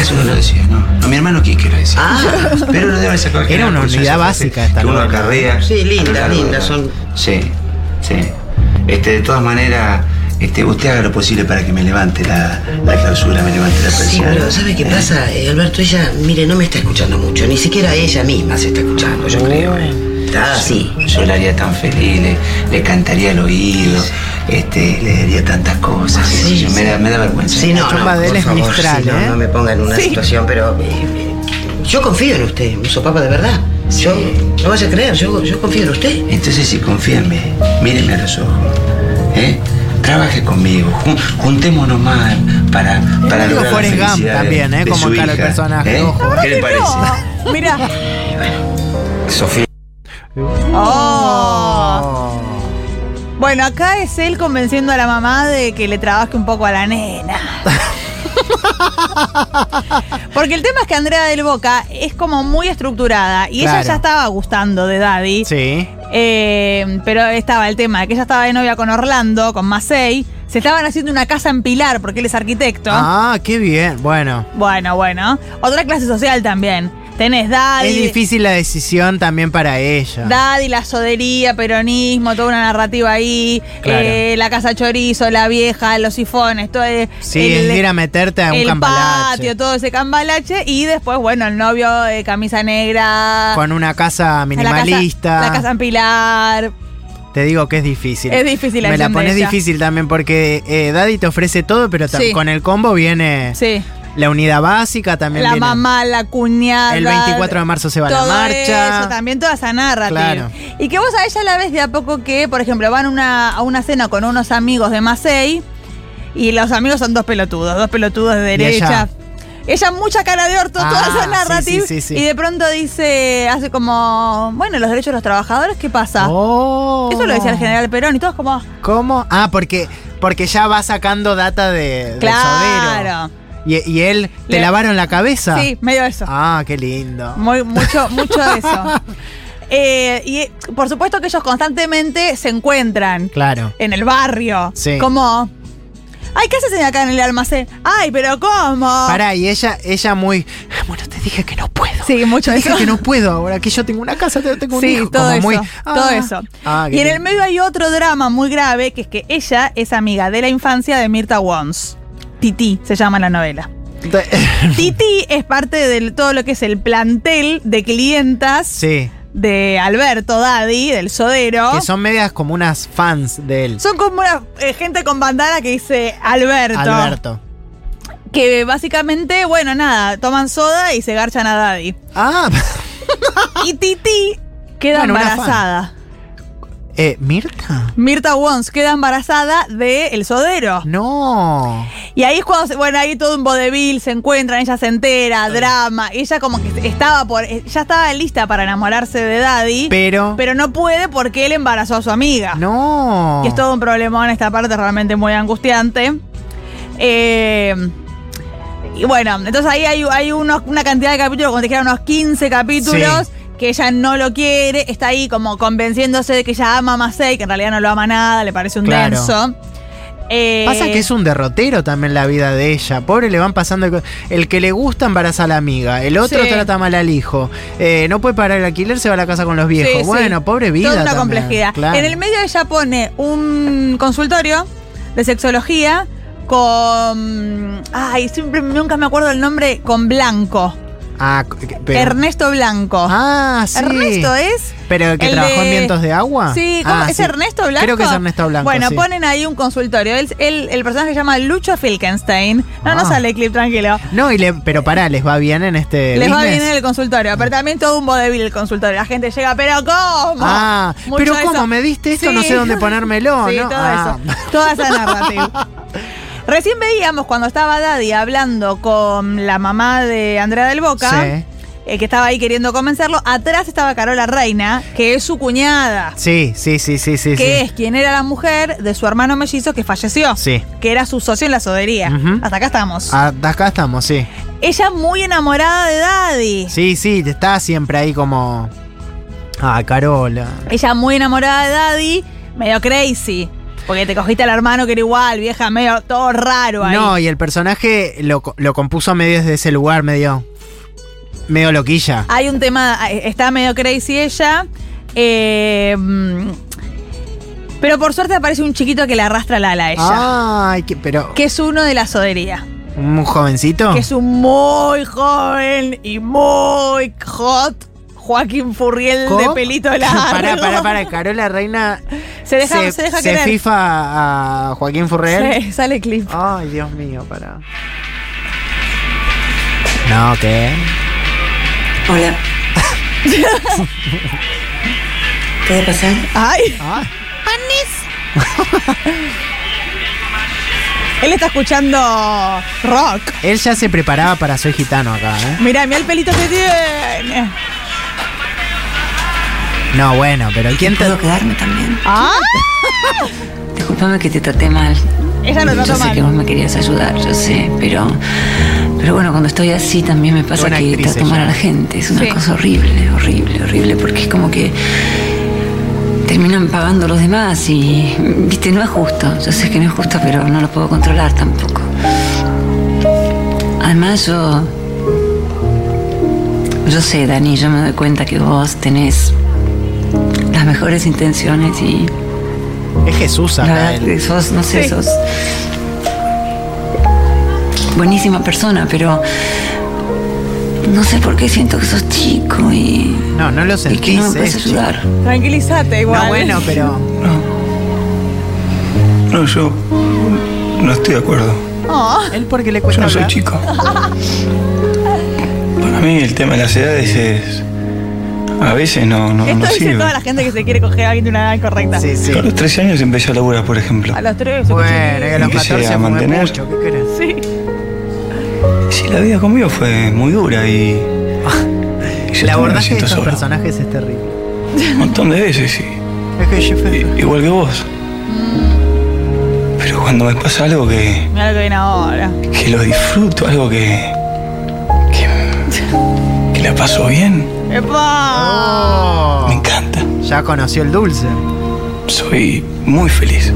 [SPEAKER 7] Eso no lo decía, no. No, mi hermano Quique lo decía. Ah, pero no debe sacar
[SPEAKER 3] Era una unidad básica esta
[SPEAKER 7] Que uno
[SPEAKER 3] novela.
[SPEAKER 7] acarrea.
[SPEAKER 8] Sí, linda,
[SPEAKER 7] a lo largo de
[SPEAKER 8] linda,
[SPEAKER 7] la-
[SPEAKER 8] son-
[SPEAKER 7] Sí, sí. Este, de todas maneras, este, usted haga lo posible para que me levante la, la clausura, me levante la
[SPEAKER 8] Sí,
[SPEAKER 7] presión.
[SPEAKER 8] pero ¿sabe qué pasa, eh, Alberto? Ella, mire, no me está escuchando mucho, ni siquiera ella misma se está escuchando, yo creo. eh. Está así.
[SPEAKER 7] Ah, Yo la haría tan feliz, le, le cantaría al oído, este, le diría tantas cosas. qué sé
[SPEAKER 8] Sí,
[SPEAKER 7] yo, Me,
[SPEAKER 8] sí.
[SPEAKER 7] da, me da vergüenza.
[SPEAKER 8] Sí, no, no,
[SPEAKER 3] chumba de él
[SPEAKER 8] por
[SPEAKER 3] es
[SPEAKER 8] favor,
[SPEAKER 3] Mistral,
[SPEAKER 8] sí, no,
[SPEAKER 3] ¿eh?
[SPEAKER 8] no me ponga en una
[SPEAKER 2] Sí.
[SPEAKER 8] situación, pero eh, eh, yo confío en usted, Muso Papa, de verdad. Yo, no vas a creer, yo, yo confío en usted.
[SPEAKER 7] Entonces, si confía en mí, míreme a los ojos. ¿eh? Trabaje conmigo, jun- juntémonos más para, para
[SPEAKER 3] Algo
[SPEAKER 7] lograr la
[SPEAKER 3] Forrest Gump
[SPEAKER 7] felicidad de-
[SPEAKER 3] también, ¿eh?
[SPEAKER 7] de
[SPEAKER 3] Como
[SPEAKER 7] su
[SPEAKER 3] cara el
[SPEAKER 7] hija,
[SPEAKER 3] personaje,
[SPEAKER 7] ¿eh?
[SPEAKER 3] ojo.
[SPEAKER 7] ¿Qué le parece?
[SPEAKER 2] Mira.
[SPEAKER 7] Sofía.
[SPEAKER 2] Oh.
[SPEAKER 3] Oh.
[SPEAKER 2] Bueno, acá es él convenciendo a la mamá de que le trabaje un poco a la nena. Porque el tema es que Andrea del Boca es como muy estructurada y ella
[SPEAKER 3] Claro.
[SPEAKER 2] ya estaba gustando de Daddy.
[SPEAKER 3] Sí.
[SPEAKER 2] Eh, pero estaba el tema de que ella estaba de novia con Orlando, con Macei. Se estaban haciendo una casa en Pilar porque él es arquitecto.
[SPEAKER 3] Ah, qué bien. Bueno.
[SPEAKER 2] Bueno, bueno. Otra clase social también. Tenés Daddy.
[SPEAKER 3] Es difícil la decisión también para ella.
[SPEAKER 2] Daddy, la sodería, peronismo, toda una narrativa ahí.
[SPEAKER 3] Claro.
[SPEAKER 2] Eh, la casa chorizo, la vieja, los sifones, todo. el-
[SPEAKER 3] sí,
[SPEAKER 2] el-
[SPEAKER 3] es ir a meterte a un
[SPEAKER 2] el
[SPEAKER 3] cambalache.
[SPEAKER 2] patio, todo ese cambalache. Y después, bueno, el novio de camisa negra.
[SPEAKER 3] Con una casa
[SPEAKER 2] la casa-
[SPEAKER 3] minimalista.
[SPEAKER 2] La casa, en Pilar.
[SPEAKER 3] Te digo que es difícil.
[SPEAKER 2] Es difícil la
[SPEAKER 3] Me la
[SPEAKER 2] decisión de
[SPEAKER 3] pones
[SPEAKER 2] ella.
[SPEAKER 3] difícil también porque eh, Daddy te ofrece todo, pero tam-
[SPEAKER 2] Sí.
[SPEAKER 3] con el combo viene
[SPEAKER 2] Sí.
[SPEAKER 3] la unidad básica también.
[SPEAKER 2] La
[SPEAKER 3] viene-
[SPEAKER 2] mamá, la cuñada.
[SPEAKER 3] El 24 de marzo se va a la
[SPEAKER 2] todo
[SPEAKER 3] marcha.
[SPEAKER 2] Eso, también toda esa narrativa.
[SPEAKER 3] Claro.
[SPEAKER 2] Y que vos a ella la ves de a poco que, por ejemplo, van una- a una cena con unos amigos de Macei y los amigos son dos pelotudos, dos pelotudos de
[SPEAKER 3] Y
[SPEAKER 2] derecha.
[SPEAKER 3] ella-
[SPEAKER 2] Ella mucha cara de orto, toda
[SPEAKER 3] Ah,
[SPEAKER 2] esa narrativa.
[SPEAKER 3] sí, sí, sí, sí.
[SPEAKER 2] Y de pronto dice, hace como, bueno, los derechos de los trabajadores, ¿qué pasa?
[SPEAKER 3] Oh.
[SPEAKER 2] Eso lo decía el general Perón y todos como,
[SPEAKER 3] ¿Cómo? Ah, porque, porque ya va sacando data de, del sodero.
[SPEAKER 2] claro.
[SPEAKER 3] Y, y él, ¿te
[SPEAKER 2] Le-
[SPEAKER 3] lavaron la cabeza?
[SPEAKER 2] Sí, medio eso.
[SPEAKER 3] Ah, qué lindo.
[SPEAKER 2] Muy, mucho, mucho de eso. Eh, y eh, por supuesto que ellos constantemente se encuentran
[SPEAKER 3] Claro.
[SPEAKER 2] en el barrio.
[SPEAKER 3] Sí.
[SPEAKER 2] Como. Ay, ¿qué haces acá en el almacén? Ay, pero ¿cómo?
[SPEAKER 3] Pará, y ella, ella muy. "Ah, Bueno, te dije que no puedo.
[SPEAKER 2] Sí, mucho
[SPEAKER 3] Te
[SPEAKER 2] de
[SPEAKER 3] dije
[SPEAKER 2] eso.
[SPEAKER 3] que no puedo ahora, que yo tengo una casa, te- tengo un
[SPEAKER 2] Sí,
[SPEAKER 3] hijo.
[SPEAKER 2] todo
[SPEAKER 3] como
[SPEAKER 2] eso.
[SPEAKER 3] muy,
[SPEAKER 2] todo
[SPEAKER 3] "Ah".
[SPEAKER 2] eso.
[SPEAKER 3] Ah, qué
[SPEAKER 2] y en el
[SPEAKER 3] lindo.
[SPEAKER 2] medio hay otro drama muy grave, que es que ella es amiga de la infancia de Mirta Wons. Titi se llama la novela. Titi es parte de todo lo que es el plantel de clientas
[SPEAKER 3] Sí,
[SPEAKER 2] de Alberto Daddy, del Sodero.
[SPEAKER 3] que son medias como unas fans de él.
[SPEAKER 2] Son como una eh, gente con bandana que dice Alberto,
[SPEAKER 3] Alberto.
[SPEAKER 2] Que básicamente, bueno, nada, toman soda y se garchan a Daddy.
[SPEAKER 3] Ah,
[SPEAKER 2] Y Titi queda
[SPEAKER 3] Bueno, una fan.
[SPEAKER 2] embarazada.
[SPEAKER 3] eh, Mirta.
[SPEAKER 2] Mirta Wons queda embarazada de El Sodero.
[SPEAKER 3] No.
[SPEAKER 2] Y ahí es cuando, se- bueno, ahí todo un vodevil, se encuentran, ella se entera, drama. Ella como que estaba por, eh, ya estaba lista para enamorarse de Daddy, pero,
[SPEAKER 3] Pero.
[SPEAKER 2] no puede porque él embarazó a su amiga.
[SPEAKER 3] no.
[SPEAKER 2] Y es todo un problemón esta parte, realmente muy angustiante. Eh, y bueno, entonces ahí hay, hay unos- una cantidad de capítulos, como te dijera, unos 15 capítulos.
[SPEAKER 3] Sí.
[SPEAKER 2] Que ella no lo quiere, está ahí como convenciéndose de que ella ama a Masei, que en realidad no lo ama nada, le parece un
[SPEAKER 3] Claro.
[SPEAKER 2] denso. Eh,
[SPEAKER 3] Pasa que es un derrotero también la vida de ella. Pobre, le van pasando. co- El que le gusta embaraza a la amiga. El otro
[SPEAKER 2] Sí.
[SPEAKER 3] trata mal al hijo. eh, no puede pagar el alquiler, se va a la casa con los
[SPEAKER 2] sí,
[SPEAKER 3] viejos.
[SPEAKER 2] sí.
[SPEAKER 3] bueno, pobre vida.
[SPEAKER 2] Toda una
[SPEAKER 3] también,
[SPEAKER 2] complejidad.
[SPEAKER 3] claro.
[SPEAKER 2] En el medio ella pone un consultorio de sexología con. Ay, siempre nunca me acuerdo el nombre, con Blanco.
[SPEAKER 3] Ah, c- que- pero-
[SPEAKER 2] Ernesto Blanco.
[SPEAKER 3] Ah, sí.
[SPEAKER 2] Ernesto eh. es.
[SPEAKER 3] Pero el que
[SPEAKER 2] el
[SPEAKER 3] trabajó en
[SPEAKER 2] de-
[SPEAKER 3] Vientos de Agua.
[SPEAKER 2] Sí, ¿cómo?
[SPEAKER 3] Ah,
[SPEAKER 2] ¿es
[SPEAKER 3] sí.
[SPEAKER 2] Ernesto Blanco?
[SPEAKER 3] Creo que es Ernesto Blanco.
[SPEAKER 2] Bueno,
[SPEAKER 3] sí.
[SPEAKER 2] ponen ahí un consultorio. Él- él- el personaje se llama Lucho Filkenstein. No,
[SPEAKER 3] Ah.
[SPEAKER 2] no sale el clip, tranquilo.
[SPEAKER 3] No, y le, pero pará, les va bien en este.
[SPEAKER 2] Les va
[SPEAKER 3] business?
[SPEAKER 2] bien en el consultorio, pero también todo un vodevil el consultorio. La gente llega, pero ¿cómo?
[SPEAKER 3] Ah,
[SPEAKER 2] Mucho
[SPEAKER 3] pero
[SPEAKER 2] de
[SPEAKER 3] ¿cómo?
[SPEAKER 2] eso.
[SPEAKER 3] ¿Me diste esto?
[SPEAKER 2] Sí.
[SPEAKER 3] No sé dónde ponérmelo,
[SPEAKER 2] sí,
[SPEAKER 3] ¿no?
[SPEAKER 2] todo
[SPEAKER 3] Ah.
[SPEAKER 2] eso. Toda esa narrativa. Recién veíamos cuando estaba Daddy hablando con la mamá de Andrea del Boca,
[SPEAKER 3] Sí.
[SPEAKER 2] eh, que estaba ahí queriendo convencerlo. Atrás estaba Carola Reina, que es su cuñada.
[SPEAKER 3] Sí, sí, sí, sí, sí.
[SPEAKER 2] que
[SPEAKER 3] sí.
[SPEAKER 2] es quien era la mujer de su hermano mellizo que falleció.
[SPEAKER 3] Sí.
[SPEAKER 2] Que era su socio en la sodería.
[SPEAKER 3] Ujú.
[SPEAKER 2] Hasta acá estamos.
[SPEAKER 3] Ah, acá estamos, sí.
[SPEAKER 2] Ella muy enamorada de Daddy.
[SPEAKER 3] Sí, sí, está siempre ahí como. Ah, Carola.
[SPEAKER 2] Ella muy enamorada de Daddy, medio crazy. Porque te cogiste al hermano que era igual, vieja, medio todo raro ahí.
[SPEAKER 3] No, y el personaje lo, co- lo compuso medio desde ese lugar, medio. medio loquilla.
[SPEAKER 2] Hay un tema, eh, está medio crazy ella. eh, mm, pero por suerte aparece un chiquito que le arrastra la ala a
[SPEAKER 3] Ah.
[SPEAKER 2] Ah, ella.
[SPEAKER 3] Ay, que- pero.
[SPEAKER 2] Que es uno de la sodería.
[SPEAKER 3] ¿Un jovencito?
[SPEAKER 2] que es un muy joven y muy hot Joaquín Furriel de
[SPEAKER 3] ¿Cómo?
[SPEAKER 2] pelito largo.
[SPEAKER 3] Pará, pará, pará. Carola Reina
[SPEAKER 2] Se deja, se, deja querer.
[SPEAKER 3] fifa a Joaquín Furriel.
[SPEAKER 2] Sí, sale clip.
[SPEAKER 3] Ay, Dios mío, pará. No, ¿qué?
[SPEAKER 6] Hola. ¿Puede pasar?
[SPEAKER 2] Ay.
[SPEAKER 3] Ah.
[SPEAKER 2] Él está escuchando rock.
[SPEAKER 3] Él ya se preparaba para Soy Gitano acá, ¿eh?
[SPEAKER 2] Mirá, mirá el pelito que tiene.
[SPEAKER 3] No, bueno, pero ¿quién te...?
[SPEAKER 6] ¿Puedo quedarme también?
[SPEAKER 2] Ah,
[SPEAKER 6] Disculpame que te traté mal.
[SPEAKER 2] Ella lo trató
[SPEAKER 6] Yo sé
[SPEAKER 2] mal.
[SPEAKER 6] que vos me querías ayudar, yo sé, pero. Pero bueno, cuando estoy así también me pasa
[SPEAKER 3] Buena
[SPEAKER 6] que
[SPEAKER 3] actriz
[SPEAKER 6] trato mal
[SPEAKER 3] ella.
[SPEAKER 6] a la gente. Es una
[SPEAKER 2] Sí.
[SPEAKER 6] cosa horrible, horrible, horrible, porque es como que. Terminan pagando los demás y. Viste, no es justo. Yo sé que no es justo, pero no lo puedo controlar tampoco. Además, yo. Yo sé, Dani, yo me doy cuenta que vos tenés las mejores intenciones y.
[SPEAKER 3] Es Jesús
[SPEAKER 6] La
[SPEAKER 3] acá,
[SPEAKER 6] verdad
[SPEAKER 3] él.
[SPEAKER 6] que sos, no sé,
[SPEAKER 2] Sí.
[SPEAKER 6] sos buenísima persona, pero no sé por qué siento que sos chico y,
[SPEAKER 3] No, no lo
[SPEAKER 6] y que
[SPEAKER 3] sentís,
[SPEAKER 6] no me puedes
[SPEAKER 3] eh,
[SPEAKER 6] ayudar.
[SPEAKER 2] Tranquilízate igual.
[SPEAKER 3] No, bueno, pero...
[SPEAKER 9] No, yo no estoy de acuerdo.
[SPEAKER 2] Oh,
[SPEAKER 3] Él porque le
[SPEAKER 9] Yo
[SPEAKER 3] cuesta
[SPEAKER 9] no soy
[SPEAKER 3] hablar.
[SPEAKER 9] chico. Para mí el tema de las edades es... A veces no, no, no
[SPEAKER 2] esto dice
[SPEAKER 9] sirve.
[SPEAKER 2] toda la gente que se quiere coger a alguien de una edad incorrecta.
[SPEAKER 3] Sí, sí.
[SPEAKER 9] Yo a los 13 años empecé a laburar, por ejemplo.
[SPEAKER 2] A los tres. o
[SPEAKER 3] Bueno, y a los
[SPEAKER 9] Y que sea
[SPEAKER 3] 14 fue
[SPEAKER 9] mantener.
[SPEAKER 3] mucho, ¿qué querés?
[SPEAKER 2] Sí.
[SPEAKER 9] Sí, la vida conmigo fue muy dura y... y yo
[SPEAKER 3] El
[SPEAKER 9] también me
[SPEAKER 3] abordaje de
[SPEAKER 9] siento
[SPEAKER 3] estos
[SPEAKER 9] solo.
[SPEAKER 3] personajes es terrible.
[SPEAKER 9] Un montón de veces, sí.
[SPEAKER 3] Es que yo...
[SPEAKER 9] I- Igual que vos. Pero cuando me pasa algo que,
[SPEAKER 2] Mira lo que viene ahora.
[SPEAKER 9] que lo disfruto, algo que, que. que la paso bien,
[SPEAKER 3] Oh.
[SPEAKER 2] ¡Epa!
[SPEAKER 9] me encanta.
[SPEAKER 3] Ya conoció el dulce.
[SPEAKER 9] Soy muy feliz.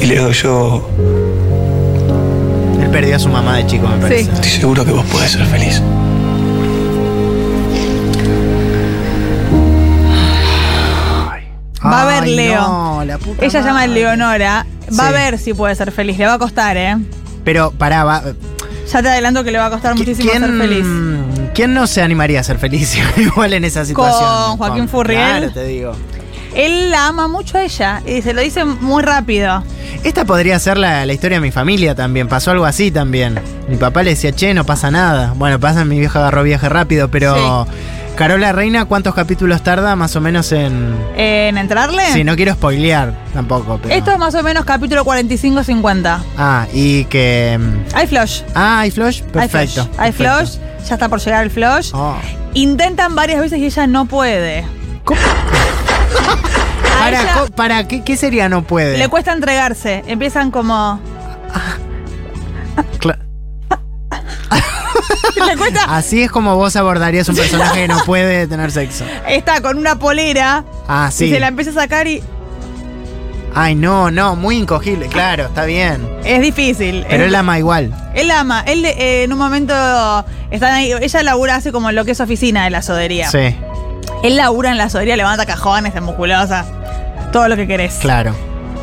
[SPEAKER 9] Y Leo, yo
[SPEAKER 3] Él perdió a su mamá de chico, me parece.
[SPEAKER 9] estoy seguro que vos podés ser feliz.
[SPEAKER 2] Va a haber
[SPEAKER 3] Ay,
[SPEAKER 2] Leo.
[SPEAKER 3] no, la puta
[SPEAKER 2] Ella llama a
[SPEAKER 3] madre.
[SPEAKER 2] Leonora. Va a
[SPEAKER 3] Sí.
[SPEAKER 2] ver si puede ser feliz. Le va a costar, ¿eh?
[SPEAKER 3] Pero pará, va.
[SPEAKER 2] Ya te adelanto que le va a costar muchísimo
[SPEAKER 3] ¿Quién,
[SPEAKER 2] ser feliz.
[SPEAKER 3] ¿Quién no se animaría a ser feliz igual en esa situación?
[SPEAKER 2] Joaquín Furriel.
[SPEAKER 3] Claro, te digo.
[SPEAKER 2] Él la ama mucho a ella y se lo dice muy rápido.
[SPEAKER 3] Esta podría ser la, la historia de mi familia también. Pasó algo así también. Mi papá le decía, che, no pasa nada. Bueno, pasa, mi vieja agarró viaje rápido, pero. Carola Reina, ¿cuántos capítulos tarda más o menos en.?
[SPEAKER 2] ¿En entrarle?
[SPEAKER 3] Sí, no quiero spoilear tampoco, pero.
[SPEAKER 2] Eh. Esto es más o menos capítulo 45-50.
[SPEAKER 3] Ah, y que.
[SPEAKER 2] Hay flush.
[SPEAKER 3] Ah, hay Flush.
[SPEAKER 2] Hay
[SPEAKER 3] Perfecto.
[SPEAKER 2] flush. Hay
[SPEAKER 3] perfecto.
[SPEAKER 2] flush. Ya está por llegar el flush.
[SPEAKER 3] Oh.
[SPEAKER 2] Intentan varias veces y ella no puede. A
[SPEAKER 3] Para,
[SPEAKER 2] ella-
[SPEAKER 3] co- para ¿qué, qué sería no puede?
[SPEAKER 2] Le cuesta entregarse. Empiezan como.
[SPEAKER 3] Cla-
[SPEAKER 2] Le cuesta.
[SPEAKER 3] Así es como vos abordarías un personaje que no puede tener sexo.
[SPEAKER 2] Está con una polera.
[SPEAKER 3] Ah,
[SPEAKER 2] Y
[SPEAKER 3] sí.
[SPEAKER 2] se la empieza a sacar y.
[SPEAKER 3] Ay, no, no, muy incogible. Claro, está bien.
[SPEAKER 2] Es difícil.
[SPEAKER 3] Pero
[SPEAKER 2] es
[SPEAKER 3] él ama igual.
[SPEAKER 2] Él la ama. Él eh, en un momento están ahí. Ella labura hace como lo que es oficina de la sodería.
[SPEAKER 3] Sí,
[SPEAKER 2] Él labura en la sodería, levanta cajones, es musculosa. Todo lo que querés.
[SPEAKER 3] claro.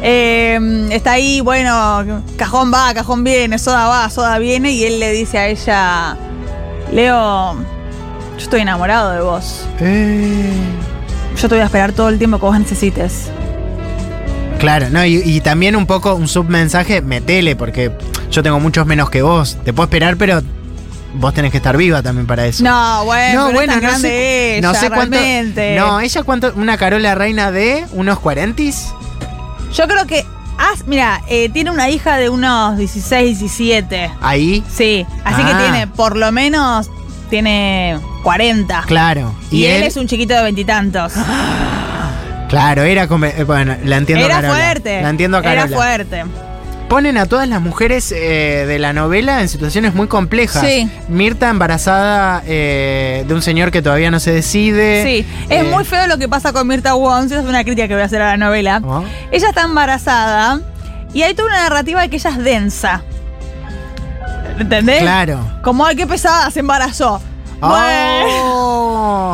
[SPEAKER 2] Eh, está ahí, bueno, cajón va, cajón viene, soda va, soda viene. Y él le dice a ella: Leo, yo estoy enamorado de vos. Eh. Yo te voy a esperar todo el tiempo que vos necesites.
[SPEAKER 3] Claro, no, y, y también un poco un submensaje, metele, porque yo tengo muchos menos que vos. Te puedo esperar, pero vos tenés que estar viva también para eso.
[SPEAKER 2] No, bueno, pero es tan grande ella,
[SPEAKER 3] no sé cuánto.
[SPEAKER 2] realmente.
[SPEAKER 3] No, ella cuánto. Una Carola reina de unos 40
[SPEAKER 2] Yo creo que. ah, mira, eh, tiene una hija de unos 16, 17.
[SPEAKER 3] Ahí,
[SPEAKER 2] Sí, así
[SPEAKER 3] Ah.
[SPEAKER 2] que tiene, por lo menos, tiene 40.
[SPEAKER 3] claro.
[SPEAKER 2] Y, él, es un chiquito de veintitantos.
[SPEAKER 3] Claro, era. come- eh, Bueno, la Ah. entiendo a
[SPEAKER 2] Era
[SPEAKER 3] Carola.
[SPEAKER 2] fuerte.
[SPEAKER 3] La entiendo a Carola.
[SPEAKER 2] Era fuerte.
[SPEAKER 3] Ponen a todas las mujeres eh, de la novela en situaciones muy complejas.
[SPEAKER 2] Sí.
[SPEAKER 3] Mirta embarazada eh, de un señor que todavía no se decide.
[SPEAKER 2] Sí, es
[SPEAKER 3] Eh,
[SPEAKER 2] muy feo lo que pasa con Mirta Wons, es una crítica que voy a hacer a la novela.
[SPEAKER 3] ¿no?
[SPEAKER 2] Ella está embarazada y hay toda una narrativa de que ella es densa. ¿Entendés?
[SPEAKER 3] Claro.
[SPEAKER 2] Como, ay, qué pesada, se embarazó. Bueno.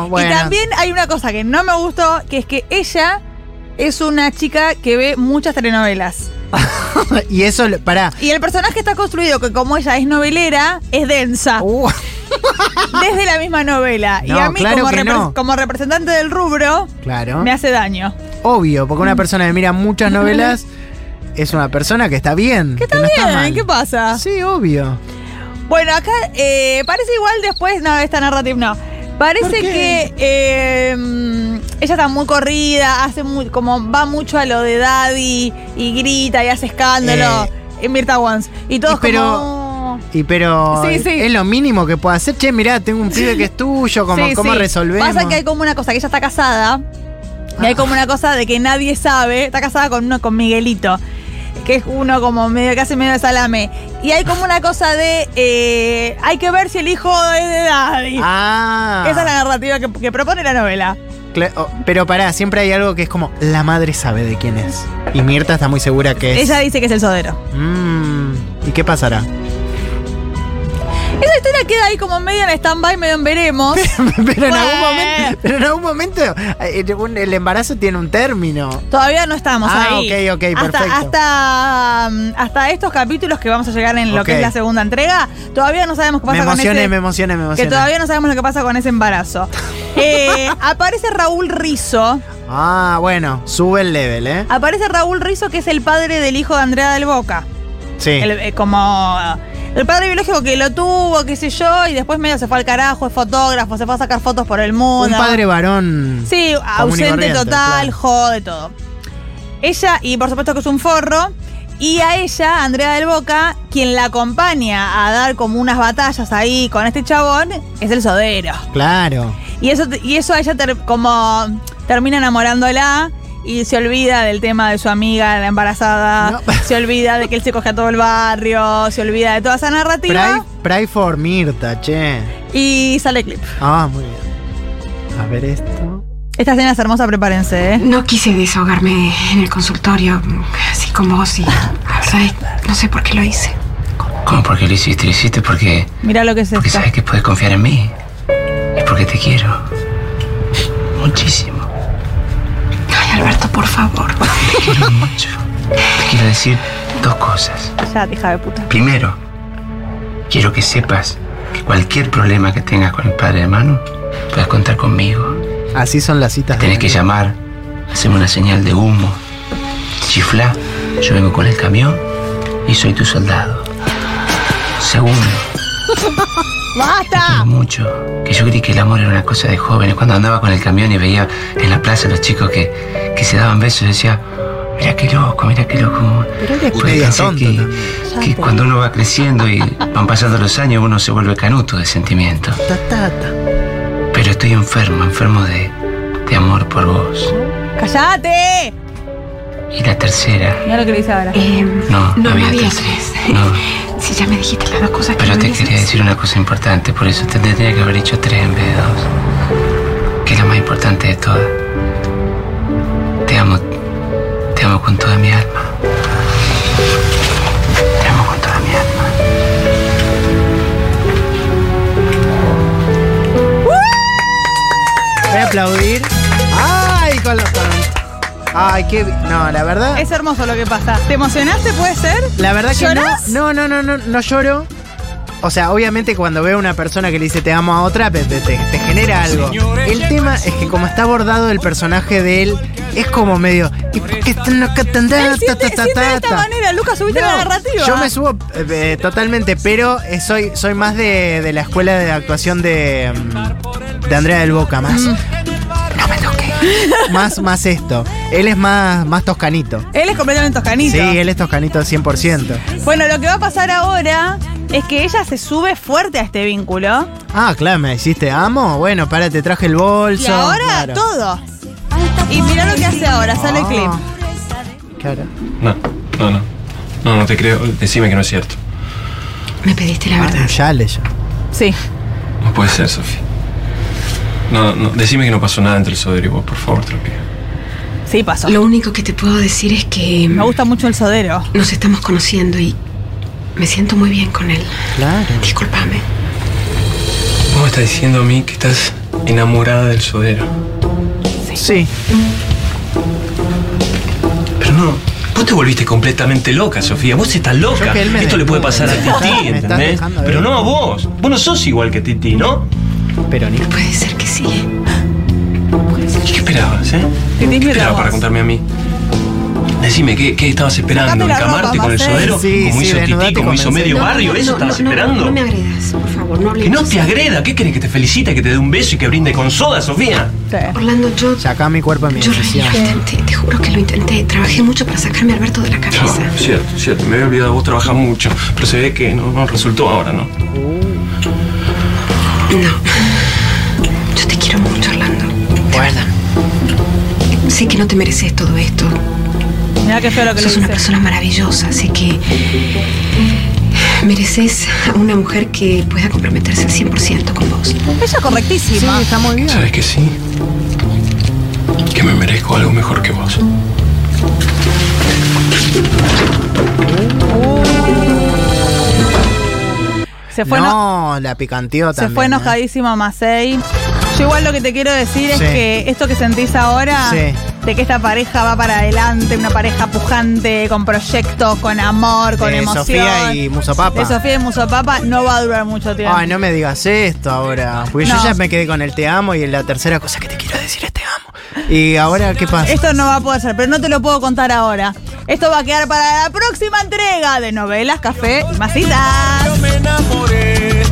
[SPEAKER 3] Oh, bueno.
[SPEAKER 2] Y también hay una cosa que no me gustó, que es que ella es una chica que ve muchas telenovelas.
[SPEAKER 3] y eso, lo- pará.
[SPEAKER 2] Y el personaje está construido que como ella es novelera, es densa,
[SPEAKER 3] Uh,
[SPEAKER 2] desde la misma novela. y
[SPEAKER 3] No,
[SPEAKER 2] a mí
[SPEAKER 3] claro
[SPEAKER 2] como,
[SPEAKER 3] que no.
[SPEAKER 2] como representante del rubro,
[SPEAKER 3] claro.
[SPEAKER 2] me Mm. hace daño.
[SPEAKER 3] Obvio, porque una persona que mira muchas novelas es una persona que está bien. Que
[SPEAKER 2] Está
[SPEAKER 3] no
[SPEAKER 2] bien,
[SPEAKER 3] mal.
[SPEAKER 2] ¿qué pasa?
[SPEAKER 3] Sí, obvio.
[SPEAKER 2] Bueno, acá eh, parece igual después, no, esta narrativa no. Parece que eh, mm, ella está muy corrida, hace muy, como va mucho a lo de daddy y grita y hace escándalo
[SPEAKER 3] Eh.
[SPEAKER 2] en Mirta Once. Y todos
[SPEAKER 3] Y pero-
[SPEAKER 2] como...
[SPEAKER 3] Y pero
[SPEAKER 2] Sí, sí.
[SPEAKER 3] es lo mínimo que puedo hacer. Che, mirá, tengo un pibe que es tuyo, como,
[SPEAKER 2] Sí,
[SPEAKER 3] ¿cómo
[SPEAKER 2] sí.
[SPEAKER 3] resolvemos?
[SPEAKER 2] Pasa que hay como una cosa, que ella está casada. Y hay como una cosa de que nadie sabe. Está casada con uno, con Miguelito. Que es uno como medio que hace medio de salame. Y hay como una cosa de. eh, hay que ver si el hijo es de Daddy.
[SPEAKER 3] Ah.
[SPEAKER 2] Esa es la narrativa que, que propone la novela.
[SPEAKER 3] Cla- oh, Pero pará, siempre hay algo que es como la madre sabe de quién es. Y Mirta está muy segura que es.
[SPEAKER 2] Ella dice que es el sodero.
[SPEAKER 3] Mm, ¿Y qué pasará?
[SPEAKER 2] Esa historia queda ahí como medio en stand-by, medio en veremos.
[SPEAKER 3] pero, en algún
[SPEAKER 2] Bueno.
[SPEAKER 3] momento, pero en algún momento eh, un- el embarazo tiene un término.
[SPEAKER 2] Todavía no estamos
[SPEAKER 3] Ah,
[SPEAKER 2] ahí.
[SPEAKER 3] ok, ok,
[SPEAKER 2] hasta,
[SPEAKER 3] perfecto.
[SPEAKER 2] Hasta, mm, hasta estos capítulos que vamos a llegar en lo que
[SPEAKER 3] Ok.
[SPEAKER 2] es la segunda entrega, todavía no sabemos qué
[SPEAKER 3] Me
[SPEAKER 2] pasa con
[SPEAKER 3] emocioné,
[SPEAKER 2] ese-
[SPEAKER 3] me emocioné, me emocioné.
[SPEAKER 2] Que todavía no sabemos lo que pasa con ese embarazo. Eh, aparece Raúl Rizo.
[SPEAKER 3] Ah, bueno, sube el level, ¿eh?
[SPEAKER 2] Aparece Raúl Rizo, que es el padre del hijo de Andrea del Boca.
[SPEAKER 3] Sí.
[SPEAKER 2] El, eh, como. eh, El padre biológico que lo tuvo, qué sé yo, y después medio se fue al carajo, es fotógrafo, se fue a sacar fotos por el mundo.
[SPEAKER 3] un padre varón.
[SPEAKER 2] Sí, ausente
[SPEAKER 3] corriente,
[SPEAKER 2] total,
[SPEAKER 3] claro.
[SPEAKER 2] jode todo. Ella, y por supuesto que es un forro, y a ella, Andrea del Boca, quien la acompaña a dar como unas batallas ahí con este chabón, es el sodero.
[SPEAKER 3] Claro.
[SPEAKER 2] Y eso, y eso a ella ter- como termina enamorándola. y se olvida del tema de su amiga, la embarazada,
[SPEAKER 3] No.
[SPEAKER 2] se olvida de que él se coge a todo el barrio, se olvida de toda esa
[SPEAKER 3] Pray,
[SPEAKER 2] narrativa
[SPEAKER 3] pray for Mirta, che.
[SPEAKER 2] y sale clip.
[SPEAKER 3] Ah, muy bien. A ver esto.
[SPEAKER 2] Esta escena es hermosa, prepárense, ¿eh?
[SPEAKER 10] No quise desahogarme en el consultorio, así con vos y. ¿sabes? No sé por qué lo hice.
[SPEAKER 7] ¿Cómo? ¿Por qué lo hiciste? Lo hiciste porque,
[SPEAKER 2] Mirá lo que es
[SPEAKER 7] porque
[SPEAKER 2] esto.
[SPEAKER 7] sabes que puedes confiar en mí. Es porque te quiero. Muchísimo.
[SPEAKER 10] Ay, Alberto, por favor.
[SPEAKER 7] Te quiero mucho. Te quiero decir dos cosas.
[SPEAKER 2] Ya, hija de puta.
[SPEAKER 7] Primero, quiero que sepas que cualquier problema que tengas con el padre de Manu, puedes contar conmigo.
[SPEAKER 3] Así son las citas de.
[SPEAKER 7] Tenés que llamar, hacemos una señal de humo, chiflá, yo vengo con el camión y soy tu soldado. Segundo,
[SPEAKER 3] Ah.
[SPEAKER 2] ¡Basta!
[SPEAKER 7] mucho, que yo creí que el amor era una cosa de jóvenes. Cuando andaba con el camión y veía en la plaza a los chicos que, que se daban besos, yo decía, mira qué loco, mira qué loco.
[SPEAKER 3] Pero él es
[SPEAKER 7] Porque
[SPEAKER 3] medio
[SPEAKER 7] pensé
[SPEAKER 3] tonto
[SPEAKER 7] que,
[SPEAKER 3] también.
[SPEAKER 7] que cuando uno va creciendo y van pasando los años, uno se vuelve canuto de sentimiento.
[SPEAKER 3] Ta, ta, ta.
[SPEAKER 7] Pero estoy enfermo, enfermo de, de amor por vos.
[SPEAKER 2] ¡Cállate!
[SPEAKER 7] Y la tercera,
[SPEAKER 2] Mirá lo que le dice ahora.
[SPEAKER 10] Em,
[SPEAKER 7] no,
[SPEAKER 10] no, no había
[SPEAKER 7] tercera.
[SPEAKER 10] tres.
[SPEAKER 7] No,
[SPEAKER 10] Si ya me dijiste las dos cosas que
[SPEAKER 7] pero
[SPEAKER 10] no
[SPEAKER 7] te
[SPEAKER 10] dices.
[SPEAKER 7] quería decir una cosa importante, por eso te tendría que haber hecho tres en vez de dos. Que es la más importante de todas. Te amo, te amo con toda mi alma. Te amo con toda mi alma.
[SPEAKER 3] Voy a aplaudir. ¡Ay! Con los con- Ay, qué. No, la verdad.
[SPEAKER 2] Es hermoso lo que pasa. ¿Te emocionaste, puede ser?
[SPEAKER 3] Ah. La verdad que
[SPEAKER 2] ¿Llorás?
[SPEAKER 3] no, no, no, no, no, no lloro. O sea, obviamente cuando veo a una persona que le dice te amo a otra, te, te- te- te genera algo. El tema es que como está abordado el personaje de él, es como medio... ¿Y por qué están acá tan da,
[SPEAKER 2] Él
[SPEAKER 3] ta,
[SPEAKER 2] siente,
[SPEAKER 3] ta, ta,
[SPEAKER 2] siente de
[SPEAKER 3] ta,
[SPEAKER 2] esta
[SPEAKER 3] ta?
[SPEAKER 2] manera, Lucas, subiste
[SPEAKER 3] No,
[SPEAKER 2] la narrativa.
[SPEAKER 3] Yo me subo eh, eh, totalmente, pero eh, soy, soy más de, de la escuela de actuación de, mm, de Andrea del Boca, más. No me toques. más, más esto. Él es más, más toscanito.
[SPEAKER 2] Él es completamente toscanito.
[SPEAKER 3] Sí, él es toscanito 100%.
[SPEAKER 2] Bueno, lo que va a pasar ahora es que ella se sube fuerte a este vínculo.
[SPEAKER 3] Ah, claro, me hiciste amo. Bueno, para, te traje el bolso.
[SPEAKER 2] y ahora
[SPEAKER 3] claro.
[SPEAKER 2] todo. Y mirá lo que hace ahora, sale el clip.
[SPEAKER 3] Ah. Claro.
[SPEAKER 11] No, no, no. No, no te creo. Decime que no es cierto.
[SPEAKER 10] Me pediste la verdad.
[SPEAKER 3] Ah, Ya leyó.
[SPEAKER 2] Sí.
[SPEAKER 11] No puede ser, Sofía. No, no, decime que no pasó nada entre el Soder y vos, por favor, te lo pido.
[SPEAKER 2] Sí, pasó.
[SPEAKER 10] Lo único que te puedo decir es que
[SPEAKER 2] Me gusta mucho el sodero.
[SPEAKER 10] nos estamos conociendo y me siento muy bien con él.
[SPEAKER 3] Claro.
[SPEAKER 10] Discúlpame.
[SPEAKER 11] Vos me estás diciendo a mí que estás enamorada del Sodero.
[SPEAKER 3] Sí.
[SPEAKER 11] Pero no, vos te volviste completamente loca, Sofía. Vos estás
[SPEAKER 3] Yo
[SPEAKER 11] loca.
[SPEAKER 3] que él me
[SPEAKER 11] Esto le puede
[SPEAKER 3] descubre.
[SPEAKER 11] pasar a
[SPEAKER 3] Me está-
[SPEAKER 11] Titi,
[SPEAKER 3] me está
[SPEAKER 11] ¿entendés?
[SPEAKER 3] dejando de
[SPEAKER 11] Pero
[SPEAKER 3] ver.
[SPEAKER 11] no a vos. Vos no sos igual que Titi, ¿no?
[SPEAKER 3] Pero ni.
[SPEAKER 10] Puede ser que sí. ¿eh?
[SPEAKER 11] ¿Qué esperabas, eh?
[SPEAKER 2] Titi,
[SPEAKER 11] ¿Qué
[SPEAKER 2] mira
[SPEAKER 11] esperabas
[SPEAKER 2] vos.
[SPEAKER 11] para contarme a mí? Decime, ¿qué, qué estabas esperando?
[SPEAKER 2] Sacate la
[SPEAKER 11] ¿Encamarte
[SPEAKER 2] ropa,
[SPEAKER 11] con el
[SPEAKER 2] Marcel.
[SPEAKER 11] sodero?
[SPEAKER 3] Sí,
[SPEAKER 11] como
[SPEAKER 3] sí,
[SPEAKER 11] hizo
[SPEAKER 3] desnudate,
[SPEAKER 11] Titi, como hizo
[SPEAKER 3] convencé.
[SPEAKER 11] medio
[SPEAKER 10] No,
[SPEAKER 11] barrio,
[SPEAKER 10] no,
[SPEAKER 11] ¿eso
[SPEAKER 10] no,
[SPEAKER 11] estabas
[SPEAKER 10] no, no,
[SPEAKER 11] esperando?
[SPEAKER 10] No, me agredas, por favor, no
[SPEAKER 11] Que
[SPEAKER 10] hablemos.
[SPEAKER 11] no te agreda, ¿qué querés que te felicite, que te dé un beso y que brinde con soda, Sofía?
[SPEAKER 2] Sí.
[SPEAKER 10] Orlando, yo,
[SPEAKER 3] Sacá mi cuerpo a mi
[SPEAKER 10] yo lo
[SPEAKER 3] decisión.
[SPEAKER 10] intenté, te juro que lo intenté. Trabajé mucho para sacarme a Alberto de la cabeza.
[SPEAKER 11] cierto, cierto, me había olvidado, vos trabajás mucho, pero se ve que no, no resultó ahora, ¿no?
[SPEAKER 10] No. Yo te quiero mucho, Orlando. De verdad. Sé que no te mereces todo esto.
[SPEAKER 2] Mirá qué feo lo que le
[SPEAKER 10] Sos una
[SPEAKER 2] dice.
[SPEAKER 10] persona maravillosa, así que mereces a una mujer que pueda comprometerse al 100% con vos.
[SPEAKER 2] Ella correctísima.
[SPEAKER 3] está muy bien.
[SPEAKER 11] ¿Sabes que sí? Que me merezco algo mejor que vos.
[SPEAKER 2] Se fue, eno-
[SPEAKER 3] No, la picanteó
[SPEAKER 2] se
[SPEAKER 3] también.
[SPEAKER 2] fue
[SPEAKER 3] ¿eh?
[SPEAKER 2] enojadísima Macei. Yo igual lo que te quiero decir es
[SPEAKER 3] Sí.
[SPEAKER 2] que esto que sentís ahora,
[SPEAKER 3] Sí.
[SPEAKER 2] de que esta pareja va para adelante, una pareja pujante, con proyectos, con amor, con
[SPEAKER 3] De
[SPEAKER 2] emoción.
[SPEAKER 3] Sofía y Musopapa.
[SPEAKER 2] De Sofía y Musopapa no va a durar mucho tiempo.
[SPEAKER 3] Ay, no me digas esto ahora. Porque
[SPEAKER 2] No.
[SPEAKER 3] yo ya me quedé con el te amo y la tercera cosa que te quiero decir es te amo. Y ahora, ¿qué pasa?
[SPEAKER 2] Esto no va a poder ser, pero no te lo puedo contar ahora. Esto va a quedar para la próxima entrega de novelas, café y masitas.
[SPEAKER 11] me enamoré